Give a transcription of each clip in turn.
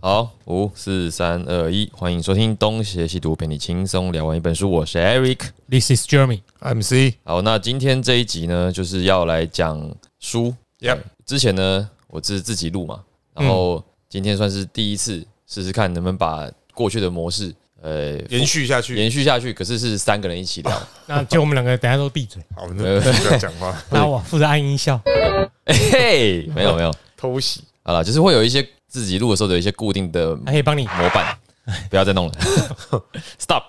好，五四三二一，欢迎收听《东邪西毒》，陪你轻松聊完一本书。我是 Eric。 This is Jeremy。 MC，好，那今天这一集呢，就是要来讲书。 Yep 之前呢，我是自己录嘛，然后今天算是第一次试试看能不能把过去的模式，呃，延续下去。延续下去。可是是三个人一起聊，那就我们两个等一下都 闭嘴，好，我们就不要讲话， 那我负责按音效。嘿，没有没有，偷袭。好了，就是会有一些自己录的时候有一些固定的还可以帮你，哎模板，不要再弄了，stop。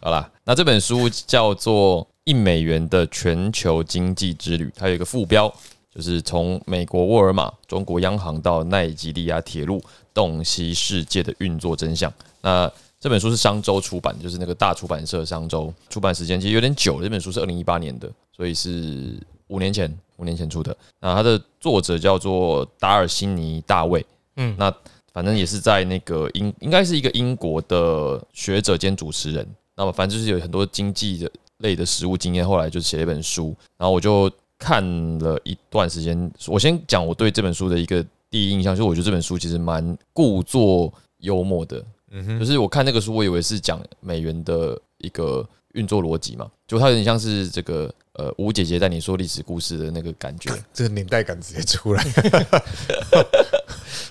好啦，那这本书叫做《一美元的全球经济之旅》，它有一个副标，就是从美国沃尔玛、中国央行到奈及利亚铁路，洞悉世界的运作真相。那这本书是商周出版，就是那个大出版社商周出版时间其实有点久了，这本书是二零一八年的，所以是五年前五年前出的。那它的作者叫做达尔西尼·大卫，嗯，那反正也是在那个英，应该是一个英国的学者兼主持人。那么反正就是有很多经济的类的实务经验，后来就写了一本书，然后我就看了一段时间。我先讲我对这本书的一个第一印象，就是我觉得这本书其实蛮故作幽默的，嗯就哼，是我看那个书，我以为是讲美元的一个运作逻辑嘛，就它有点像是这个呃吴姐姐带你说历史故事的那个感觉。这个年代感直接出来。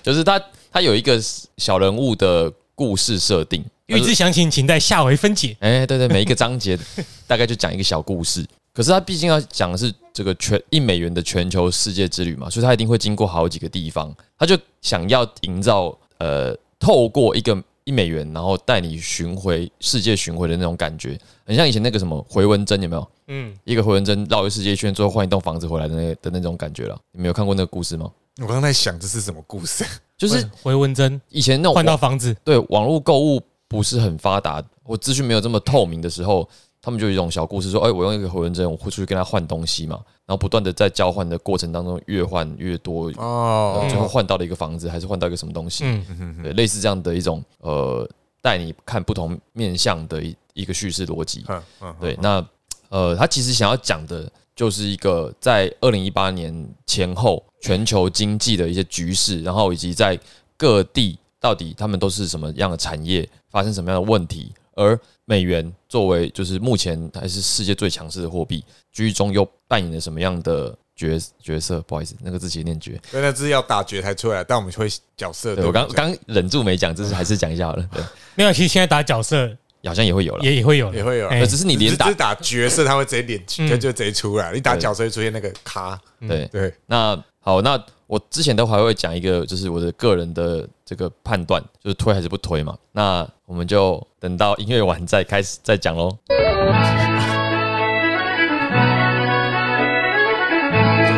就是他他有一个小人物的故事设定，欲知详情，请待下回分解。哎、对对，每一个章节 大概就讲一个小故事。可是他毕竟要讲的是这个全一美元的全球世界之旅嘛，所以他一定会经过好几个地方。他就想要营造呃，透过一个一美元，然后带你巡回世界巡回的那种感觉，很像以前那个什么回纹针有没有？嗯，一个回纹针绕一世界一圈，最后换一栋房子回来的那的那种感觉了。你们有看过那个故事吗？我刚才想这是什么故事？就就是是回文针以前那种啊换到房子，对网络购物不是很发达，我资讯没有这么透明的时候，他们就有一种小故事说，哎、我用一个回纹针，我会出去跟他换东西嘛，然后不断的在交换的过程当中越换越多，然后哦最后换到了一个房子，还是换到一个什么东西，嗯，对，类似这样的一种呃，带你看不同面向的一一个叙事逻辑。嗯嗯，对，那呃，他其实想要讲的就是一个在二零一八年前后全球经济的一些局势，然后以及在各地到底他们都是什么样的产业，发生什么样的问题，而美元作为就是目前还是世界最强势的货币，居中又扮演了什么样的角角色？不好意思，那个字节念角。所以那是要打决才出来，但我们会角色。对我刚不刚忍住没讲，这是还是讲一下好了。对，没有，其实现在打角色好像也会有了。也也会有了，也会有哎呃只是你连打只是打角色，他会直接脸嗯就就直接出来。你打对角色会出现那个卡，对，对，那好，那我之前都还会讲一个，就是我的个人的这个判断，就是推还是不推嘛。那我们就等到音乐完再开始再讲喽。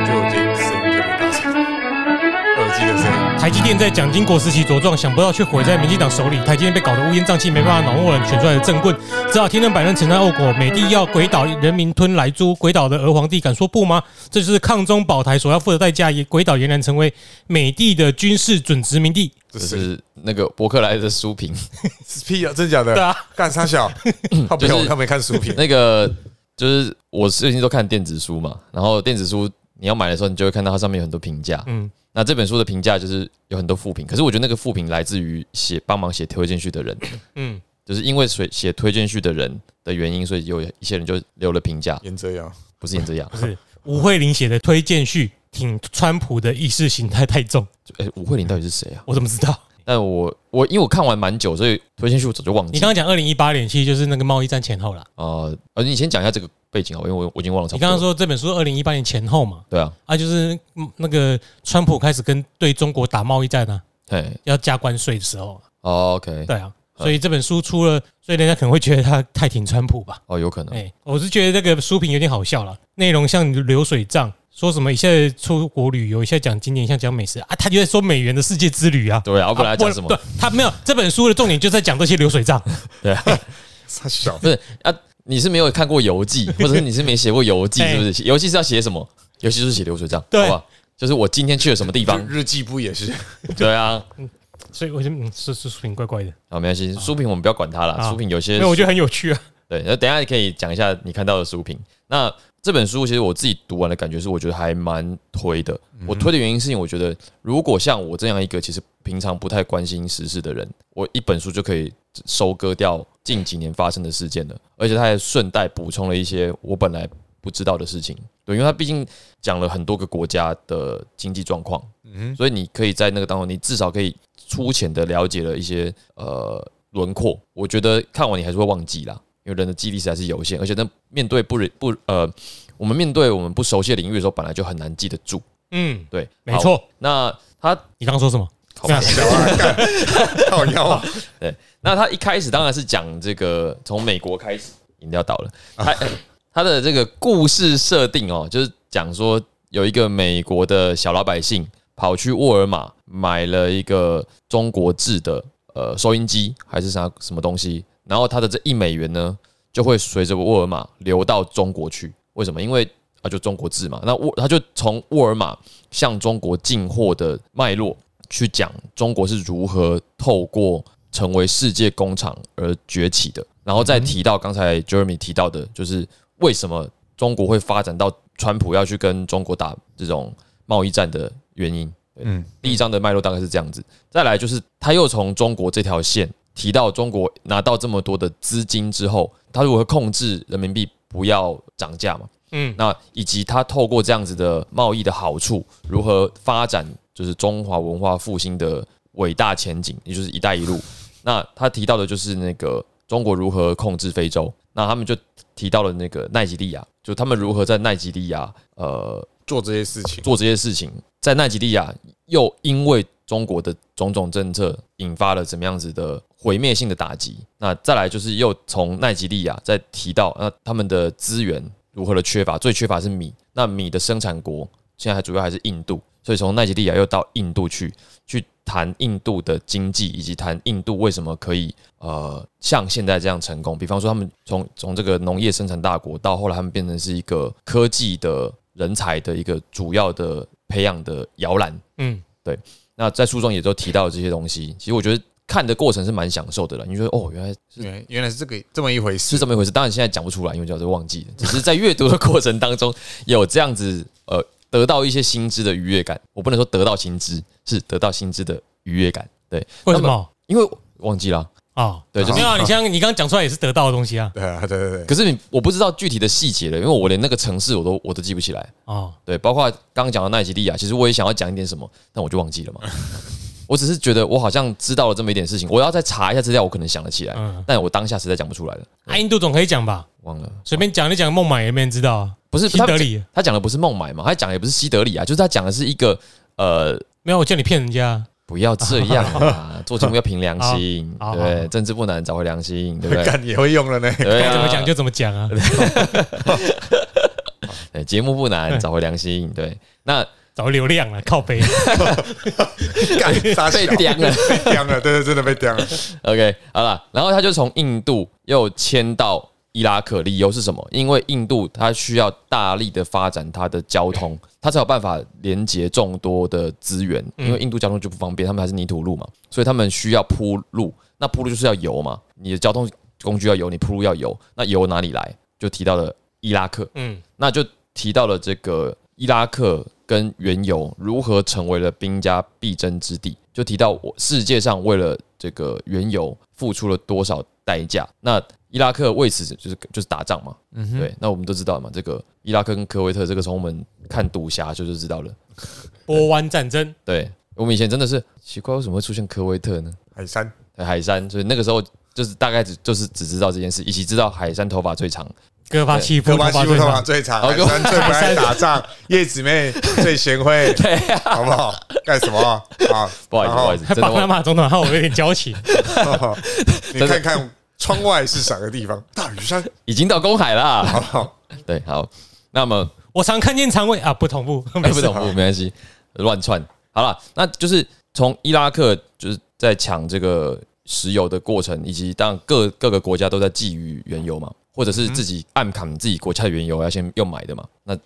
就就已经声音特别大声，耳机的声音。台积电在蒋经国时期茁壮，想不到却毁在民进党手里。台积电被搞得乌烟瘴气，没办法恼怒人选出来的政棍，只好天天摆烂承担后果。美帝要鬼岛人民吞莱猪，鬼岛的儿皇帝敢说不吗？这就是抗中保台所要付的代价。也鬼岛俨然成为美帝的军事准殖民地。这就是是那个伯克莱的书评，是屁啊！真的假对的？啊，干啥 小？他不就是要我，他没看书评。那个就是我最近都看电子书嘛，然后电子书你要买的时候，你就会看到它上面有很多评价。嗯，那这本书的评价就是有很多负评，可是我觉得那个负评来自于写帮忙写推荐序的人，嗯，就是因为写写推荐序的人的原因，所以有一些人就留了评价，严哲阳，不是严这样。吴慧玲写的推荐序挺川普的意识形态太重， 哎、吴慧玲到底是谁啊？我怎么知道？但我我因为我看完蛮久，所以推荐序我早就忘你记。刚刚讲二零一八年，其实就是那个贸易战前后啦。呃，呃，你先讲一下这个背景啊，因为我我已经忘了差你不多刚了。刚说这本书二零一八年前后嘛，对啊，啊，就是嗯那个川普开始跟对中国打贸易战啊，嘿、要加关税的时候，哦、，OK，对啊，所以这本书出了，所以人家可能会觉得他太挺川普吧。哦，有可能，哎、我是觉得这个书评有点好笑了，内容像流水账，说什么一下出国旅游，一下讲景点，一下讲美食啊，他就在说美元的世界之旅啊。对啊，我本来要讲什啊么？对，他没有这本书的重点就在讲这些流水账。啊傻小不是啊，你是没有看过游 记，或者是你是没写过游记，是不是？游记是要写什么？游记就是写流水账，哎对好吧？就是我今天去了什么地 方就？日记不也是？对啊，所以我就嗯，是是书评怪怪的，啊，没关系，书评我们不要管它了。啊书评有些因为我觉得很有趣啊。对，那等一下也可以讲一下你看到的书评。那这本书其实我自己读完的感觉是，我觉得还蛮推的。我推的原因是因为我觉得，如果像我这样一个其实平常不太关心时事的人，我一本书就可以收割掉近几年发生的事件了，而且它还顺带补充了一些我本来不知道的事情。对，因为它毕竟讲了很多个国家的经济状况，嗯所以你可以在那个当中，你至少可以粗浅的了解了一些呃轮廓。我觉得看完你还是会忘记啦，因为人的记忆力实在是有限，而且那面对不不呃，我们面对我们不熟悉的领域的时候，本来就很难记得住。嗯，对，没好。错。那他你刚刚说什么？好对啊靠腰啊，那他一开始当然是讲这个从美国开始，饮料倒了。他他的这个故事设定哦，就是讲说有一个美国的小老百姓跑去沃尔玛买了一个中国制的呃收音机还是啥什么东西，然后他的这一美元呢就会随着沃尔玛流到中国去。为什么？因为啊，就中国制嘛。那沃他就从沃尔玛向中国进货的脉络去讲中国是如何透过成为世界工厂而崛起的。然后再提到刚才 Jeremy 提到的，就是为什么中国会发展到川普要去跟中国打这种贸易战的原因。嗯，第一章的脉络大概是这样子。再来就是他又从中国这条线提到中国拿到这么多的资金之后，他如何控制人民币不要涨价嘛？嗯，那以及他透过这样子的贸易的好处，如何发展就是中华文化复兴的伟大前景，也就是“一带一路”。那他提到的就是那个中国如何控制非洲，那他们就提到了那个奈及利亚，就他们如何在奈及利亚呃做这些事情，做这些事情，在奈及利亚又因为中国的种种政策引发了怎么样子的毁灭性的打击？那再来就是又从奈及利亚再提到，那他们的资源如何的缺乏，最缺乏是米，那米的生产国现在还主要还是印度，所以从奈及利亚又到印度去去谈印度的经济，以及谈印度为什么可以呃像现在这样成功。比方说，他们从从这个农业生产大国，到后来他们变成是一个科技的人才的一个主要的培养的摇篮。嗯，那在书中也都提到这些东西，其实我觉得看的过程是蛮享受的了。你觉得哦，原来原来原来是这个这么一回是事，这么一回事。当然现在讲不出来，因为早就忘记了。只是在阅读的过程当中，有这样子呃，得到一些新知的愉悦感。我不能说得到新知，是得到新知的愉悦感。对，为什那么因为忘记了，啊？对，就是没有啊，你像你刚刚讲出来也是得到的东西啊。对啊，对对对，可是你我不知道具体的细节了，因为我连那个城市我都我都记不起来。哦，对，包括刚刚讲的奈及利亚，其实我也想要讲一点什么，但我就忘记了嘛。 我只是觉得我好像知道了这么一点事情，我要再查一下资料，我可能想得起来，嗯，但我当下实在讲不出来了，啊，印度总可以讲吧？忘了。随便讲，你讲孟买也没人知道啊。不是西他德里他讲的不是孟买嘛，他讲的也不是西德里啊，就是他讲的是一个呃，没有，我叫你骗人家。不要这样啊，做节目要凭良 心，好好好对，政治不难，找回良心，对不 对？干也会用了呢，对该啊啊怎么讲就怎么讲啊，对节目不难，找回良心，对。那找流量啊，靠背。干 傻被笑，刁了。被刁了，对对，真的被刁了， OK，好了，然后他就从印度又迁到伊拉克，理由是什么？因为印度它需要大力的发展它的交通，它才有办法连接众多的资源。因为印度交通就不方便，他们还是泥土路嘛，所以他们需要铺路。那铺路就是要油嘛，你的交通工具要油，你铺路要油，那油哪里来？就提到了伊拉克。嗯，那就提到了这个伊拉克跟原油如何成为了兵家必争之地，就提到我世界上为了这个原油付出了多少代价。那伊拉克为此就是就是打仗嘛，对。那我们都知道嘛，这个伊拉克跟科威特这个从我们看赌侠就就知道了。波湾战争，对我们以前真的是奇怪，为什么会出现科威特呢？海山，对海山，所以那个时候就是大概只就是只知道这件事，以及知道海山头发最长。 戈巴契夫，科巴西夫最头长发最长，好海山最不爱打仗，叶子妹最贤惠，好不好？干什么啊？不好意思，不好意思，思，他真的巴拿忘马总统，害我有点交情。你看看窗外是啥个地方？大屿山，已经到公海啊啦。好不好？对，好，那么。我常看见常委啊，不同步，哎，没不事懂不没关系，乱窜。好了，那就是从伊拉克就是在抢这个石油的过程，以及当然各各个国家都在觊觎原油嘛，或者嗯是自己暗砍自己国家的原油要先用买的嘛。那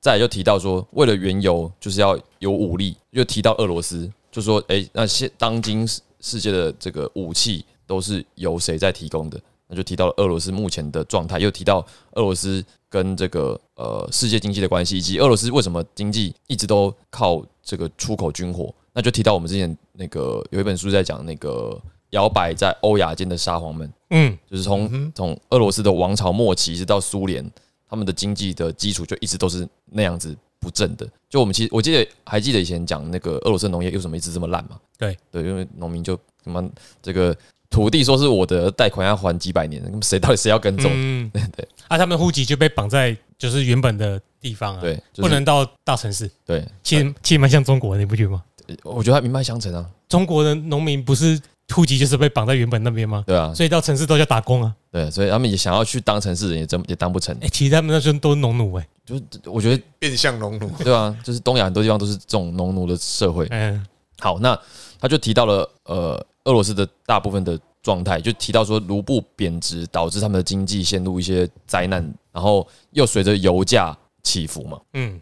再来就提到说，为了原油就是要有武力，又提到俄罗斯，就说哎、诶那些当今世世界的这个武器都是由谁在提供的？那就提到了俄罗斯目前的状态，又提到俄罗斯跟这个呃世界经济的关系，以及俄罗斯为什么经济一直都靠这个出口军火。那就提到我们之前那个有一本书在讲那个摇摆在欧亚间的沙皇们，嗯，就是从从俄罗斯的王朝末期一直到苏联，他们的经济的基础就一直都是那样子不振的。就我们其实我记得还记得以前讲那个俄罗斯农业为什么一直这么烂嘛？对对，因为农民就什么这个土地说是我的，贷款要还几百年，那么谁到底谁要跟踪？嗯，对对啊，他们户籍就被绑在就是原本的地方啊，，对，就是不能到大城市。对，其实其实蛮像中国的，你不觉得吗？我觉得他民脉相承啊，中国的农民不是户籍就是被绑在原本那边吗？对啊，所以到城市都叫打工啊。对，所以他们也想要去当城市人，也真也当不成哎、。其实他们那时候都是农奴哎、就是我觉得变相农奴，对啊，就是东亚很多地方都是这种农奴的社会。嗯，好，那他就提到了呃，俄罗斯的大部分的状态，就提到说卢布贬值导致他们的经济陷入一些灾难，然后又随着油价起伏嘛。嗯，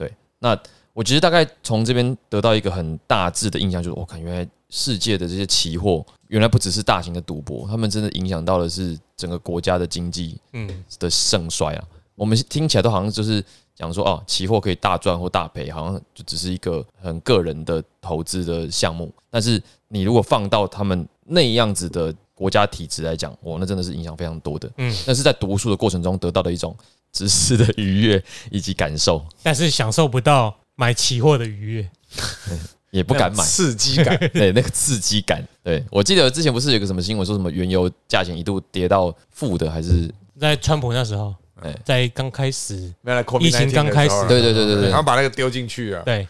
我其实大概从这边得到一个很大致的印象，就是我看原来世界的这些期货，原来不只是大型的赌博，他们真的影响到的是整个国家的经济嗯，的盛衰啊。我们听起来都好像就是讲说哦，期货可以大赚或大赔，好像就只是一个很个人的投资的项目。但是你如果放到他们那样子的国家体制来讲，哇，那真的是影响非常多的。嗯嗯，那是在读书的过程中得到的一种知识的愉悦以及感受，但是享受不到买期货的愉悦。也不敢那买种。刺激感， 对那个刺激感。对我记得之前不是有个什么新闻说什么原油价钱一度跌到负的，还是在川普那时候哎，嗯在刚开始，没有来疫情刚开始对对对对对。然后然把那个丢进去啊，对，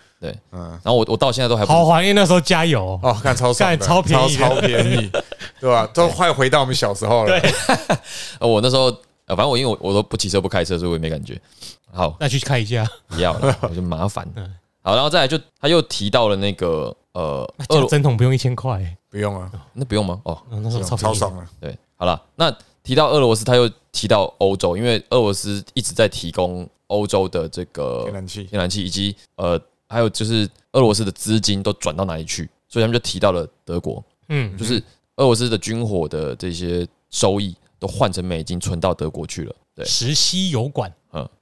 嗯，后我我到现在都还不好怀念那时候加油哦，哦，看超爽的，干超便宜的超超便宜，对吧？都快回到我们小时候了，呃，我那时候呃，反正我因为我我都不骑车不开车，所以我也没感觉。好，那去开一下，不要 了，我就麻烦。嗯好，然后再来就他又提到了那个呃，俄讲罗针筒不用一千块，哎不用啊，那不用吗？哦，那时候超超便宜爽了，对，好了，那提到俄罗斯，他又提到欧洲，因为俄罗斯一直在提供欧洲的这呃个天然气，天然气，以及呃，还有就是俄罗斯的资金都转到哪里去，所以他们就提到了德国，嗯，就是俄罗斯的军火的这些收益都换成美金存到德国去了，对石溪油管，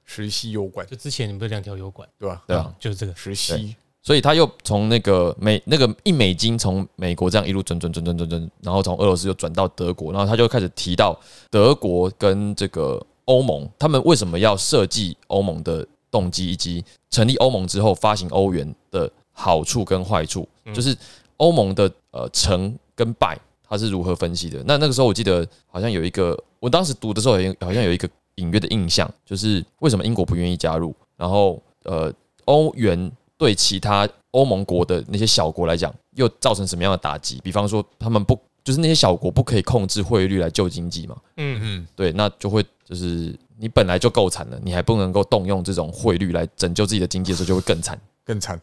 石溪油管，就之前你们不是两条油管，对吧？对啊吧？就是这个，石溪，所以他又从那个美那个一美金从美国这样一路转转转转转转，然后从俄罗斯又转到德国，然后他就开始提到德国跟这个欧盟，他们为什么要设计欧盟的动机，以及成立欧盟之后发行欧元的好处跟坏处，就是欧盟的呃成跟败，它是如何分析的。那那个时候我记得好像有一个，我当时读的时候好像好像有一个隐约的印象，就是为什么英国不愿意加入，然后呃欧元对其他欧盟国的那些小国来讲，又造成什么样的打击？比方说，他们不就是那些小国不可以控制汇率来救经济嘛？嗯，嗯，对，那就会就是你本来就够惨了，你还不能够动用这种汇率来拯救自己的经济的时候，就会更惨。更惨，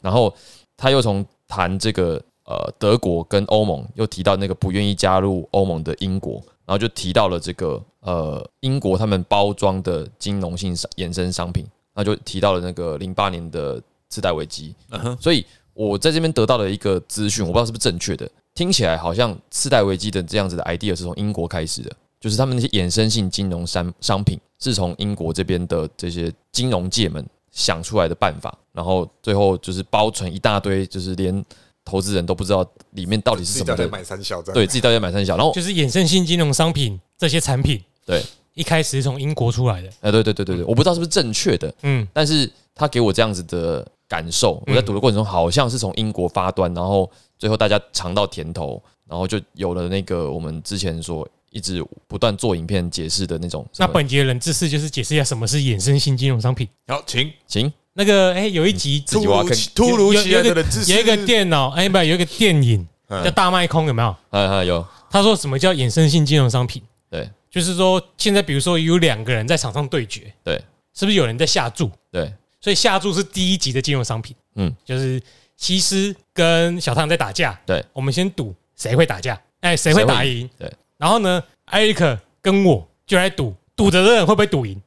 然后他又从谈这个呃德国跟欧盟，又提到那个不愿意加入欧盟的英国，然后就提到了这个呃英国他们包装的金融性商衍生商品，那就提到了那个零八年的次贷危机。嗯所以我在这边得到了一个资讯，我不知道是不是正确的，听起来好像次贷危机的这样子的 idea 是从英国开始的。就是他们那些衍生性金融商商品是从英国这边的这些金融界们想出来的办法，然后最后就是包存一大堆，就是连投资人都不知道里面到底是自己什么在的，买三小这样，对自己到底在买三小，然后就是衍生性金融商品这些产品，哦对，一开始是从英国出来的，哎，对对对对对，我不知道是不是正确的，嗯，但是他给我这样子的感受，我在读的过程中好像是从英国发端，然后最后大家尝到甜头，然后就有了那个我们之前所一直不断做影片解释的那种什那么。本节冷知识就是解释一下什么是衍生性金融商品。好，请行，那个哎、有一集自己挖坑突如其有来有一的个冷知识，有一个电脑哎，不，有一个电影嗯叫《大麦空》，有没有？哎哎有，他说什么叫衍生性金融商品？对就是说现在比如说有两个人在场上对决，对是不是有人在下注？对，所以下注是第一级的金融商品，嗯，就是西施跟小烫在打架，对，我们先赌谁会打架，哎，谁会打赢？对，然后呢，艾瑞克跟我就来赌，赌的人会不会赌赢？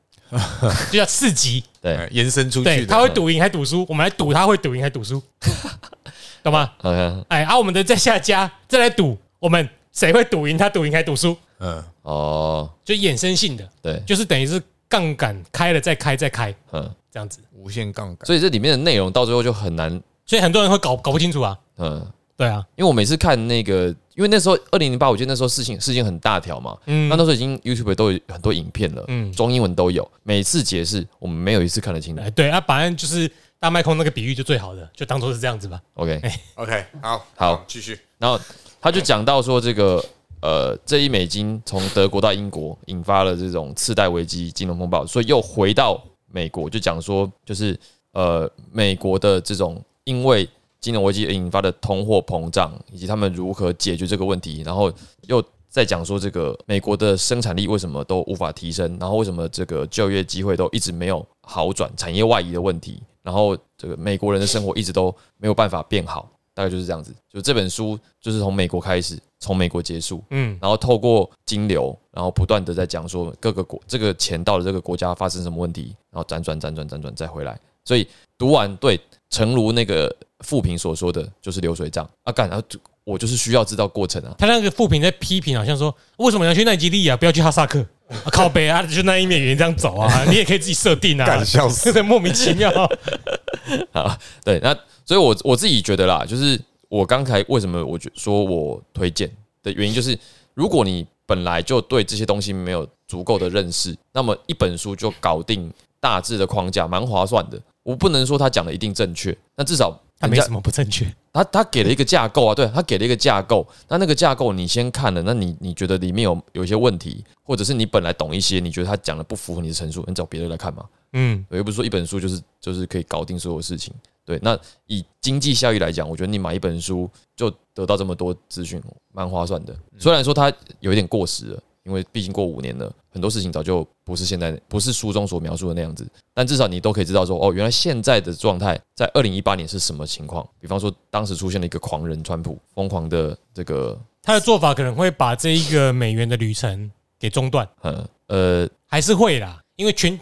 就叫次级，对 哎延伸出去对，的，他会赌赢还赌输，我们来赌他会赌赢还赌输， 懂吗？嗯，哎，啊，我们的再下家再来赌，我们谁会赌赢他赌赢还赌输？嗯，哦，就衍生性的，对，就是等于是杠杆开了再开再开嗯，这样子，无限杠杆，所以这里面的内容到最后就很难，所以很多人会搞搞不清楚啊。嗯，对啊，因为我每次看那个，因为那时候二零零八，我记得那时候事情事情很大条嘛，嗯那那时候已经 YouTube 都有很多影片了，嗯中英文都有，每次解释我们没有一次看得清楚。哎对啊，反正就是大麦空那个比喻就最好的，就当做是这样子吧。 OK， OK，好，好继续。然后他就讲到说，这个呃，这一美金从德国到英国，引发了这种次贷危机、金融风暴，所以又回到美国，就讲说，就是呃，美国的这种因为金融危机而引发的通货膨胀，以及他们如何解决这个问题，然后又。再讲说这个美国的生产力为什么都无法提升，然后为什么这个就业机会都一直没有好转，产业外移的问题，然后这个美国人的生活一直都没有办法变好，大概就是这样子。就这本书就是从美国开始，从美国结束，嗯，然后透过金流，然后不断的在讲说各个国这个钱到了这个国家发生什么问题，然后辗转辗转辗转再回来。所以读完，对，诚如那个富平所说的，就是流水账啊，干，然后我就是需要知道过程啊，他那个副评在批评，好像说为什么你要去奈及利亚，不要去哈萨克？啊、靠北啊，就那一面原因这样走啊， 你也可以自己设定啊干，笑死真的 莫名其妙。好，对，那所以我我自己觉得啦，就是我刚才为什么我觉说我推荐的原因，就是如果你本来就对这些东西没有足够的认识，那么一本书就搞定大致的框架，蛮划算的。我不能说他讲的一定正确，但至少他人没家什么不正确，他他给了一个架构啊，对他给了一个架构，那那个架构你先看了，那你你觉得里面有有一些问题，或者是你本来懂一些，你觉得他讲的不符合你的陈述，你找别人来看嘛。嗯，对，又不是说一本书就是就是可以搞定所有事情。对，那以经济效益来讲，我觉得你买一本书就得到这么多资讯，蛮划算的。虽然说它有一点过时了，因为毕竟过五年了，很多事情早就不是现在不是书中所描述的那样子，但至少你都可以知道说，哦，原来现在的状态在二零一八年是什么情况。比方说，当时出现了一个狂人川普，疯狂的这个，他的做法可能会把这一个美元的旅程给中断，呃呃，还是会啦，因为全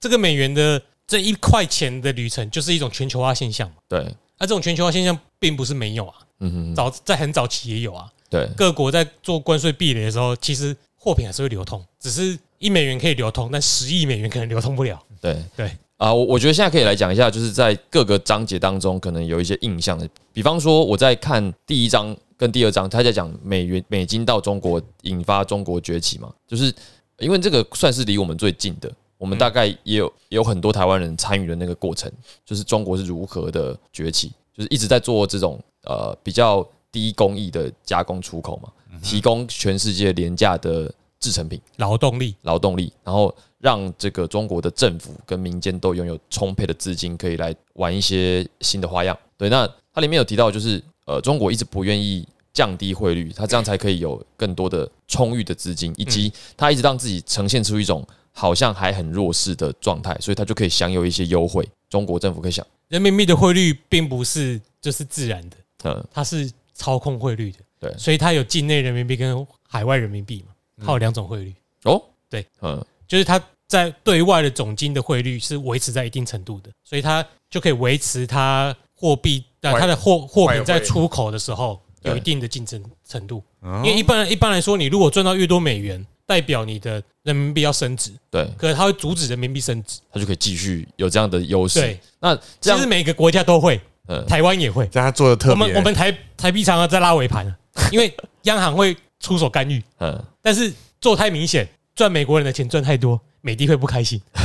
这个美元的这一块钱的旅程就是一种全球化现象嘛。对，那、这种全球化现象并不是没有啊，嗯哼哼，早在很早期也有啊。对，各国在做关税壁垒的时候，其实货品还是会流通，只是一美元可以流通，但十亿美元可能流通不了。对对啊，我我觉得现在可以来讲一下，就是在各个章节当中，可能有一些印象的，比方说我在看第一章跟第二章，他在讲美元美金到中国引发中国崛起嘛，就是因为这个算是离我们最近的，我们大概也有也有很多台湾人参与的那个过程，就是中国是如何的崛起，就是一直在做这种呃比较低工艺的加工出口嘛，提供全世界廉价的制成品。劳动力，劳动力，然后让这个中国的政府跟民间都拥有充沛的资金，可以来玩一些新的花样。对，那它里面有提到，就是呃，中国一直不愿意降低汇率，它这样才可以有更多的充裕的资嗯金，以及它一直让自己呈现出一种好像还很弱势的状态，所以它就可以享有一些优惠。中国政府可以享，人民币的汇率并不是就是自然的，嗯，它是操控汇率的。对所以它有境内人民币跟海外人民币嘛，它有两种汇率，哦，对，嗯，就是它在对外的总金的汇率是维持在一定程度的，所以它就可以维持它货币呃外它的货货外品汇在出口的时候对有一定的竞争程度。因因哦为一般一般来说，你如果赚到越多美元，代表你的人民币要升值，对，可是它会阻止人民币升值。它就可以继续有这样的优势对。，那这其样实，每个国家都会，嗯，台湾也会。但他做的特我别，们我们台台币常常在拉尾盘啊， 因为央行会出手干预，嗯，但是做太明显，赚美国人的钱赚太多，美帝会不开心，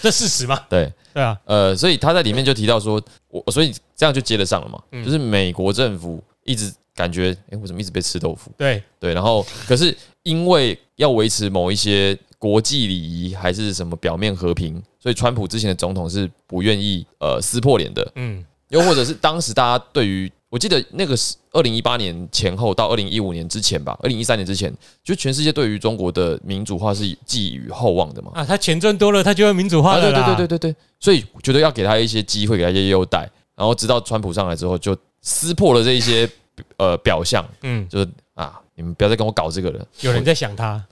这事实嘛？对，对啊，呃，所以他在里面就提到说，我所以这样就接得上了嘛，嗯就是美国政府一直感觉，哎、我怎么一直被吃豆腐？对，对，然后可是因为要维持某一些国际礼仪还是什么表面和平，所以川普之前的总统是不愿意呃撕破脸的，嗯，又或者是当时大家对于我记得那个是二零一八年前后到二零一五年之前吧，二零一三年之前，就全世界对于中国的民主化是寄予厚望的嘛。啊，他钱赚多了，他就会民主化啊，了对对啦。对对对对，所以我觉得要给他一些机会，给他一些优待，然后直到川普上来之后，就撕破了这一些呃表象，嗯，就是啊，你们不要再跟我搞这个了，有人在想他，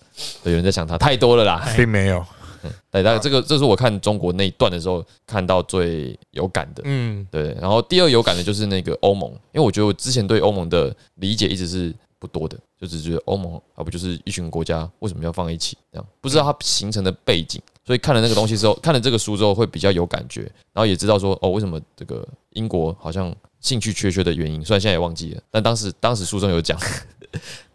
对有人在想他太多了哎啦。并没有，对，但这个这是我看中国那一段的时候看到最有感的。嗯，对，然后第二有感的就是那个欧盟，因为我觉得我之前对欧盟的理解一直是不多的，就只觉得欧盟啊不就是一群国家为什么要放一起这样？不知道它形成的背景，所以看了那个东西之后，看了这个书之后会比较有感觉，然后也知道说哦为什么这个英国好像兴趣缺缺的原因，虽然现在也忘记了，但当时当时书中有讲，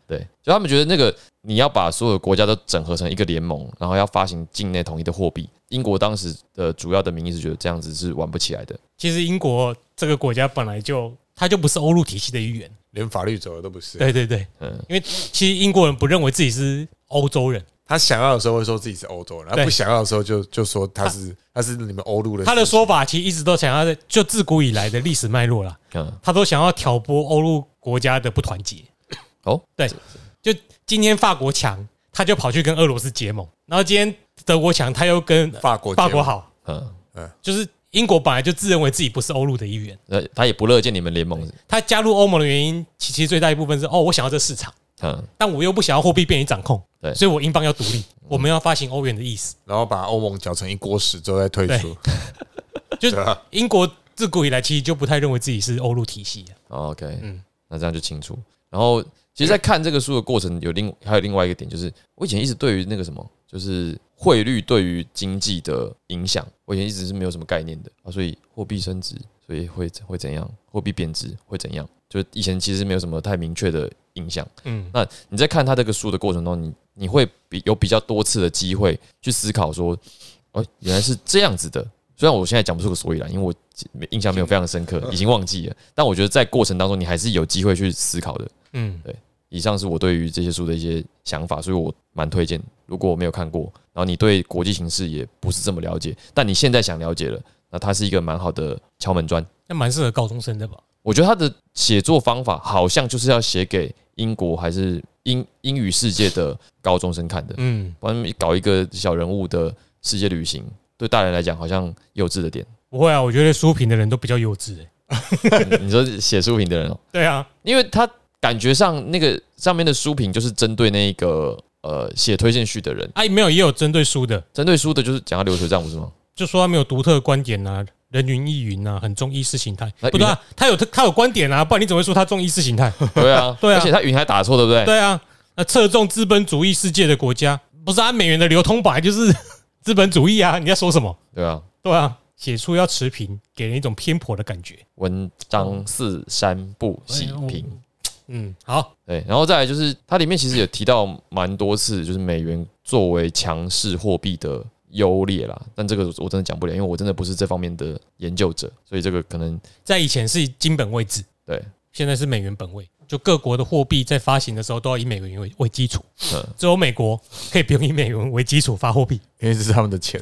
对，就他们觉得那个你要把所有国家都整合成一个联盟，然后要发行境内统一的货币，英国当时的主要的民意是觉得这样子是玩不起来的，其实英国这个国家本来就它就不是欧陆体系的一员，连法律走的都不是。对对对，嗯，因为其实英国人不认为自己是欧洲人，他想要的时候会说自己是欧洲人，他对不想要的时候就就说他是他是你们欧陆的。他的说法其实一直都想要在就自古以来的历史脉络啦，嗯，他都想要挑拨欧陆国家的不团结。哦，对，就今天法国强，他就跑去跟俄罗斯结盟，然后今天德国强，他又跟法国法国好，嗯，就是英国本来就自认为自己不是欧陆的一员，那呃他也不乐见你们联盟，他加入欧盟的原因，其其实最大一部分是哦，我想要这市场，嗯，但我又不想要货币被你掌控，对所以我英镑要独立，我们要发行欧元的意思，然后把欧盟搅成一锅屎之后再退出， 就对啊英国自古以来其实就不太认为自己是欧陆体系的，哦 OK，嗯那这样就清楚。然后，其实，在看这个书的过程，有另还有另外一个点，就是我以前一直对于那个什么，就是汇率对于经济的影响，我以前一直是没有什么概念的啊。所以货币升值，所以会会怎样？货币贬值会怎样？就以前其实没有什么太明确的影响。嗯，那你在看他这个书的过程中，你你会比有比较多次的机会去思考说，哦，原来是这样子的。虽然我现在讲不出个所以然，因为我印象没有非常深刻，已经忘记了。但我觉得在过程当中，你还是有机会去思考的。嗯，以上是我对于这些书的一些想法，所以我蛮推荐。如果我没有看过，然后你对国际形势也不是这么了解，但你现在想了解了，那它是一个蛮好的敲门砖。那蛮适合高中生的吧？我觉得他的写作方法好像就是要写给英国还是英英语世界的高中生看的，嗯，不然搞一个小人物的世界旅行，对大人来讲好像幼稚的点。不会啊，我觉得书评的人都比较幼稚、欸，你说写书评的人哦、对啊，因为他感觉上那个上面的书评就是针对那个呃写推荐序的人，哎、没有也有针对书的，针对书的就是讲他流水账，不是吗？就说他没有独特的观点啊，人云亦云啊，很重意识形态。那不对啊，他有他有观点啊，不然你怎么会说他重意识形态？对 啊，对而啊且他语音还打错，对不对？对啊，那侧重资本主义世界的国家，不是按啊美元的流通本来就是 资本主义啊？你在说什么？对啊，对啊，写出要持平，给人一种偏颇的感觉。文章四三不喜评。嗯，好，对，然后再来就是它里面其实也提到蛮多次，就是美元作为强势货币的优劣啦。但这个我真的讲不了，因为我真的不是这方面的研究者，所以这个可能在以前是金本位制，对，现在是美元本位，就各国的货币在发行的时候都要以美元为为基础，嗯，只有美国可以不用以美元为基础发货币，因为这是他们的钱。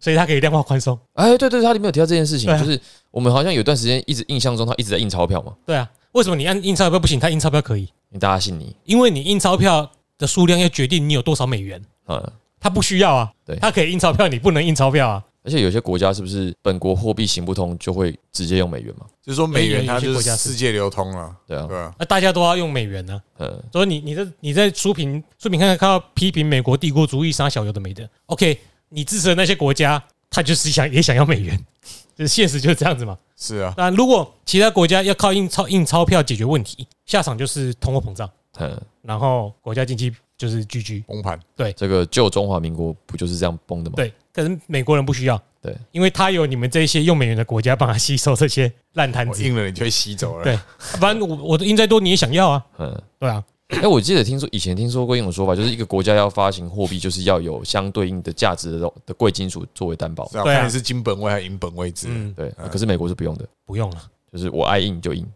所以它可以量化宽松。哎，对对，它里面有提到这件事情，对啊就是我们好像有段时间一直印象中它一直在印钞票嘛，对啊，为什么你按印钞票不行，它印钞票可以？因为大家信你，因为你印钞票的数量要决定你有多少美元，嗯，它不需要啊对，它可以印钞票，你不能印钞票啊。而且有些国家是不是本国货币行不通，就会直接用美元嘛？就是说美元它美元有些就国家是是世界流通了，对啊对，吧？那大家都要用美元呢、嗯，所以你你这你在书评书评看看看到批评美国帝国主义啥小有的没的，OK，你支持的那些国家，他就是想也想要美元， 这现实就是这样子嘛。是啊，那如果其他国家要靠印钞印钞票解决问题，下场就是通货膨胀，嗯，然后国家经济就是居居。崩盘。这个旧中华民国不就是这样崩的吗？对，可是美国人不需要，对，因为他有你们这些用美元的国家帮他吸收这些烂摊我子，硬了你就会吸走了。对反正我我的印再多你也想要啊，嗯。对啊，哎、我记得听说以前听说过一种说法，就是一个国家要发行货币，就是要有相对应的价值的东的贵金属作为担保。是啊，对啊看你是金本位还是银本位制。嗯，对，可是美国是不用的，不用了。就是我爱印就印。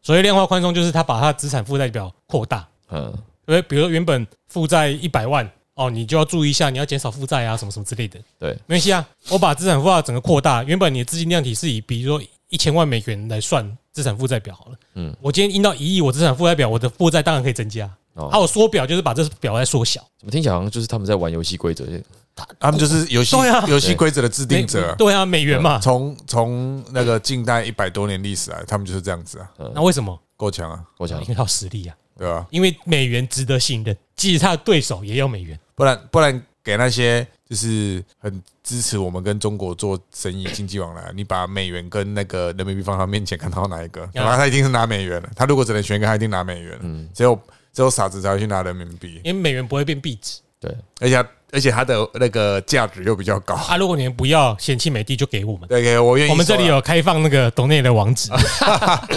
所以量化宽松就是他把他的资产负债表扩大，嗯，因为比如说原本负债一百万哦，你就要注意一下，你要减少负债啊，什么什么之类的。对，没关系啊，我把资产负债整个扩大，原本你的资金量体是以比如说一千万美元来算资产负债表好了，嗯嗯，我今天印到一亿，我资产负债表我的负债当然可以增加，哦啊，我缩表就是把这表再缩小。怎么听起来好像就是他们在玩游戏规则？他们就是游戏对啊游戏规则的制定哦美者。对啊，美元嘛，从从那个近代一百多年历史来，他们就是这样子啊，那为什么？够强啊，我想因为它有实力啊，对吧？因为美元值得信任，即使他的对手也有美元，不然不然给那些就是很支持我们跟中国做生意经济往来，你把美元跟那个人民币放到面前，看他要哪一个？啊嗯然后他一定是拿美元了。他如果只能选一个，他一定拿美元了。只有只有傻子才会去拿人民币，因为美元不会变币值对，而且它而且它的那个价值又比较高。 啊。如果你们不要嫌弃美帝，就给我们。对，啊我愿意收啦。我们这里有开放那个抖内的网址，啊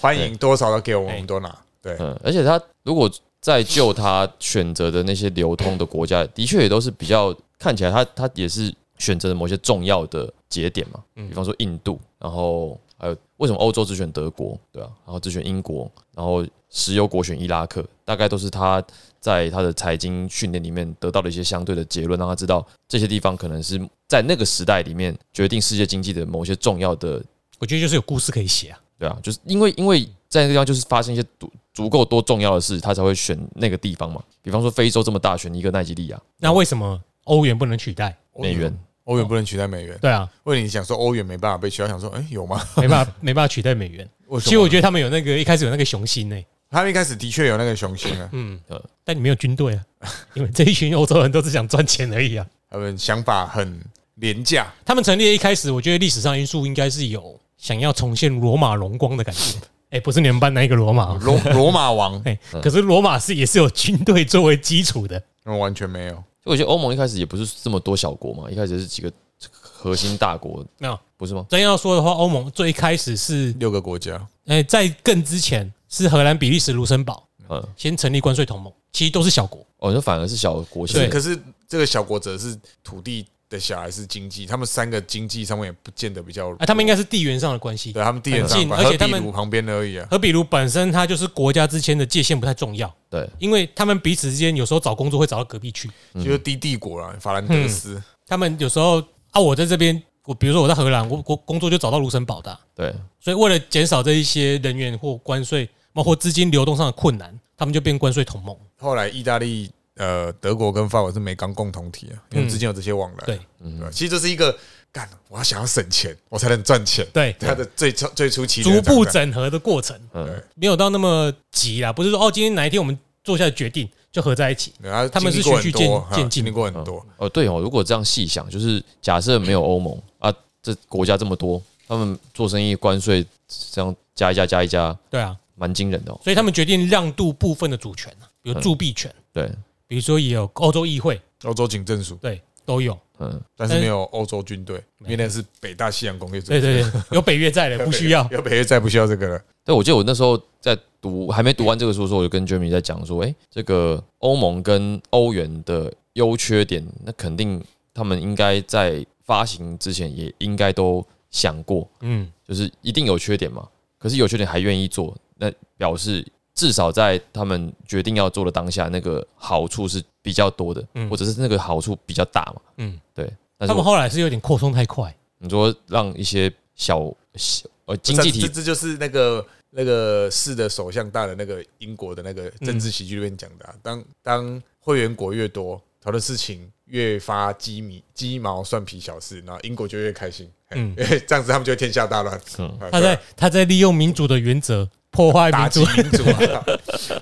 欢迎多少都给我们，对哎我们多拿。对，嗯，而且他如果再就他选择的那些流通的国家，的确也都是比较看起来他他也是选择了某些重要的节点嘛，比方说印度，然后还有为什么欧洲只选德国，对啊，然后只选英国，然后石油国选伊拉克，大概都是他在他的财经训练里面得到的一些相对的结论，让他知道这些地方可能是在那个时代里面决定世界经济的某些重要的我觉得就是有故事可以写啊。对啊，就是因为因为在那个地方就是发生一些足足够多重要的事，他才会选那个地方嘛。比方说非洲这么大，选一个奈及利亚那为什么欧元不能取代？美元，欧元不能取代美元。对啊，为你想说欧元没办法被取代，想说哎、诶有吗？ 没办法，没办法取代美元。为什么其实我觉得他们有那个一开始有那个雄心呢、他们一开始的确有那个雄心啊，嗯呃，但你没有军队 啊，因为这一群欧洲人都是想赚钱而已啊。他们想法很廉价，他们成立的一开始，我觉得历史上因素应该是有想要重现罗马荣光的感 觉。哎、不是你们班那一个罗马、哦，罗罗 马王哎、可是罗马是也是有军队作为基础的。嗯完全没有。就我觉得欧盟一开始也不是这么多小国嘛，一开始是几个核心大国，没有不是吗？真要说的话，欧盟最一开始是，六个国家，哎、在更之前是荷兰、比利时、卢森堡嗯，先成立关税同盟，其实都是小国。哦，那反而是小国是现在可是这个小国者是土地的小孩是经济，他们三个经济上面也不见得比较弱，哎、他们应该是地缘上的关系，对他们地缘上很近管而且和他壁们炉旁边而已啊。和比如本身它就是国家之间的界限不太重要，对，因为他们彼此之间有时候找工作会找到隔壁去，就是低帝国啦，法兰嗯德斯，他们有时候啊，我在这边，我比如说我在荷兰，我我工作就找到卢森堡的啊、对，所以为了减少这一些人员或关税包括资金流动上的困难，他们就变关税同盟。后来意大利、呃德国跟法国是美港共同体啊，因为之间有这些往来。对对吧，其实这是一个干，我要想要省钱，我才能赚钱。对，他的最初最初期逐步整合的过程嗯，没有到那么急啦，不是说哦，今天哪一天我们做下决定就合在一起。然后他们是经历过循序很多渐哈渐进经历过很多，哦，对哦，如果这样细想，就是假设没有欧盟啊，这国家这么多，他们做生意关税这样加一加加一加，对啊，蛮惊人的哦。所以他们决定让渡部分的主权啊，比如嗯铸币权，对，比如说也有欧洲议会，欧洲警政署，对，都有。嗯，但是没有欧洲军队，因为那是北大西洋工业嗯组对织。对对， 有北约在的，不需要。 要北约再不需要这个了。对，我记得我那时候在读，还没读完这个书的时候，我就跟 Jeremy 在讲说，哎、这个欧盟跟欧元的优缺点，那肯定他们应该在发行之前也应该都想过，嗯，就是一定有缺点嘛。可是有缺点还愿意做，那表示至少在他们决定要做的当下，那个好处是比较多的，嗯或者是那个好处比较大嘛。嗯嗯，对。但他是们我后来是有点扩充太快，你说让一些小小呃经济这体这这就是那个那个市的首相大的那个英国的那个政治喜剧里面讲的啊、当当会员国越多，讨论事情越发鸡米鸡毛蒜皮小事，然后英国就越开心，嗯嗯，因为 这样子他们就会天下大乱。嗯啊他对在啊他在利用民主的原则破坏民打击主，民主啊，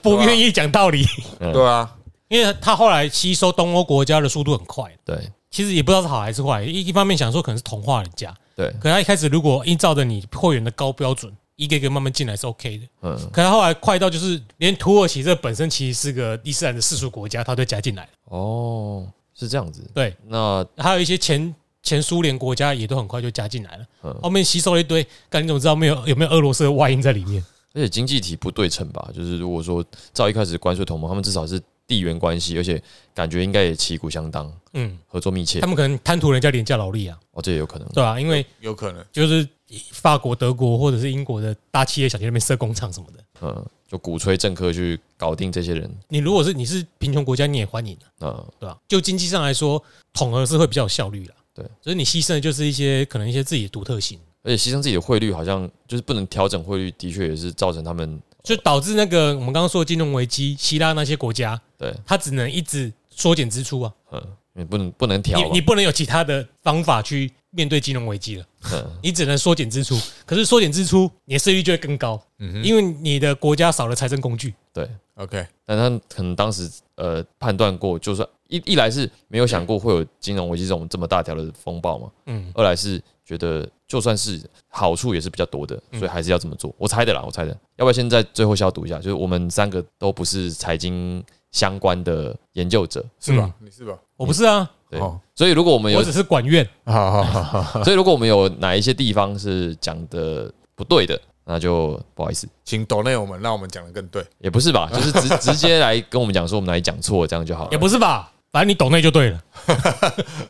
不愿意讲道理，嗯对啊， 因为他后来吸收东欧国家的速度很快，对其实也不知道是好还是坏。一一方面想说可能是同化人家，对可他一开始如果依照着你会员的高标准，一个一个慢慢进来是 OK 的。嗯。可他后来快到就是连土耳其这本身其实是个伊斯兰的世俗国家，他都加进来了。哦，是这样子。对，那还有一些前前苏联国家也都很快就加进来了，嗯后面吸收了一堆，但你怎么知道没有有没有俄罗斯的外因在里面？而且经济体不对称吧？就是如果说照一开始关税同盟，他们至少是地缘关系，而且感觉应该也旗鼓相当，嗯，合作密切他。们可能贪图人家廉价劳力啊，哦，这也有可能。对吧、因为有可能。就是法国、德国或者是英国的大企业想去那边设工厂什么的，嗯，就鼓吹政客去搞定这些人。你如果是你是贫穷国家，你也欢迎啊，嗯，对吧、就经济上来说，统合是会比较有效率啦。对，所以你牺牲的就是一些可能一些自己的独特性，而且牺牲自己的汇率，好像就是不能调整汇率，的确也是造成他们就导致那个我们刚刚说的金融危机，希腊那些国家，对，它只能一直缩减支出啊，嗯，你不能不能调你嘛你。不能有其他的方法去面对金融危机了，嗯你只能缩减支出。可是缩减支出，你的税率就会更高，嗯因为你的国家少了财政工具。对， OK，但他可能当时呃判断过，就算一一来是没有想过会有金融危机这种这么大条的风暴嘛，嗯，二来是觉得就算是好处也是比较多的，嗯所以还是要这么做。我猜的啦，我猜的。要不要现在最后消毒一下？就是我们三个都不是财经相关的研究者，是吧？你是吧？我不是啊，对。哦所以如果我们有我只是管院。好好好好，所以如果我们有哪一些地方是讲的不对的，那就不好意思，请抖内我们，让我们讲的更对。也不是吧，就是直 直接来跟我们讲说我们哪里讲错，这样就好也了。不是吧，反正你懂内就对了。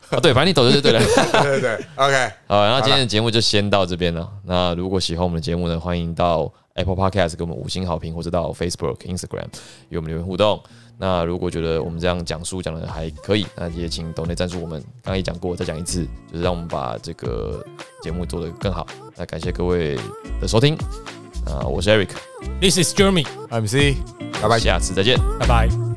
啊，对，反正你走就对了。对对对，OK，好，那今天的节目就先到这边了。那如果喜欢我们的节目呢，欢迎到 Apple Podcast 给我们五星好评，或者到 Facebook、Instagram 与我们留言互动。那如果觉得我们这样讲述讲的还可以，那也请抖内赞助我们。刚刚也讲过，再讲一次，就是让我们把这个节目做得更好。那感谢各位的收听，啊，我是 Eric， This is Jeremy， ，MC，拜拜。下次再见。拜拜。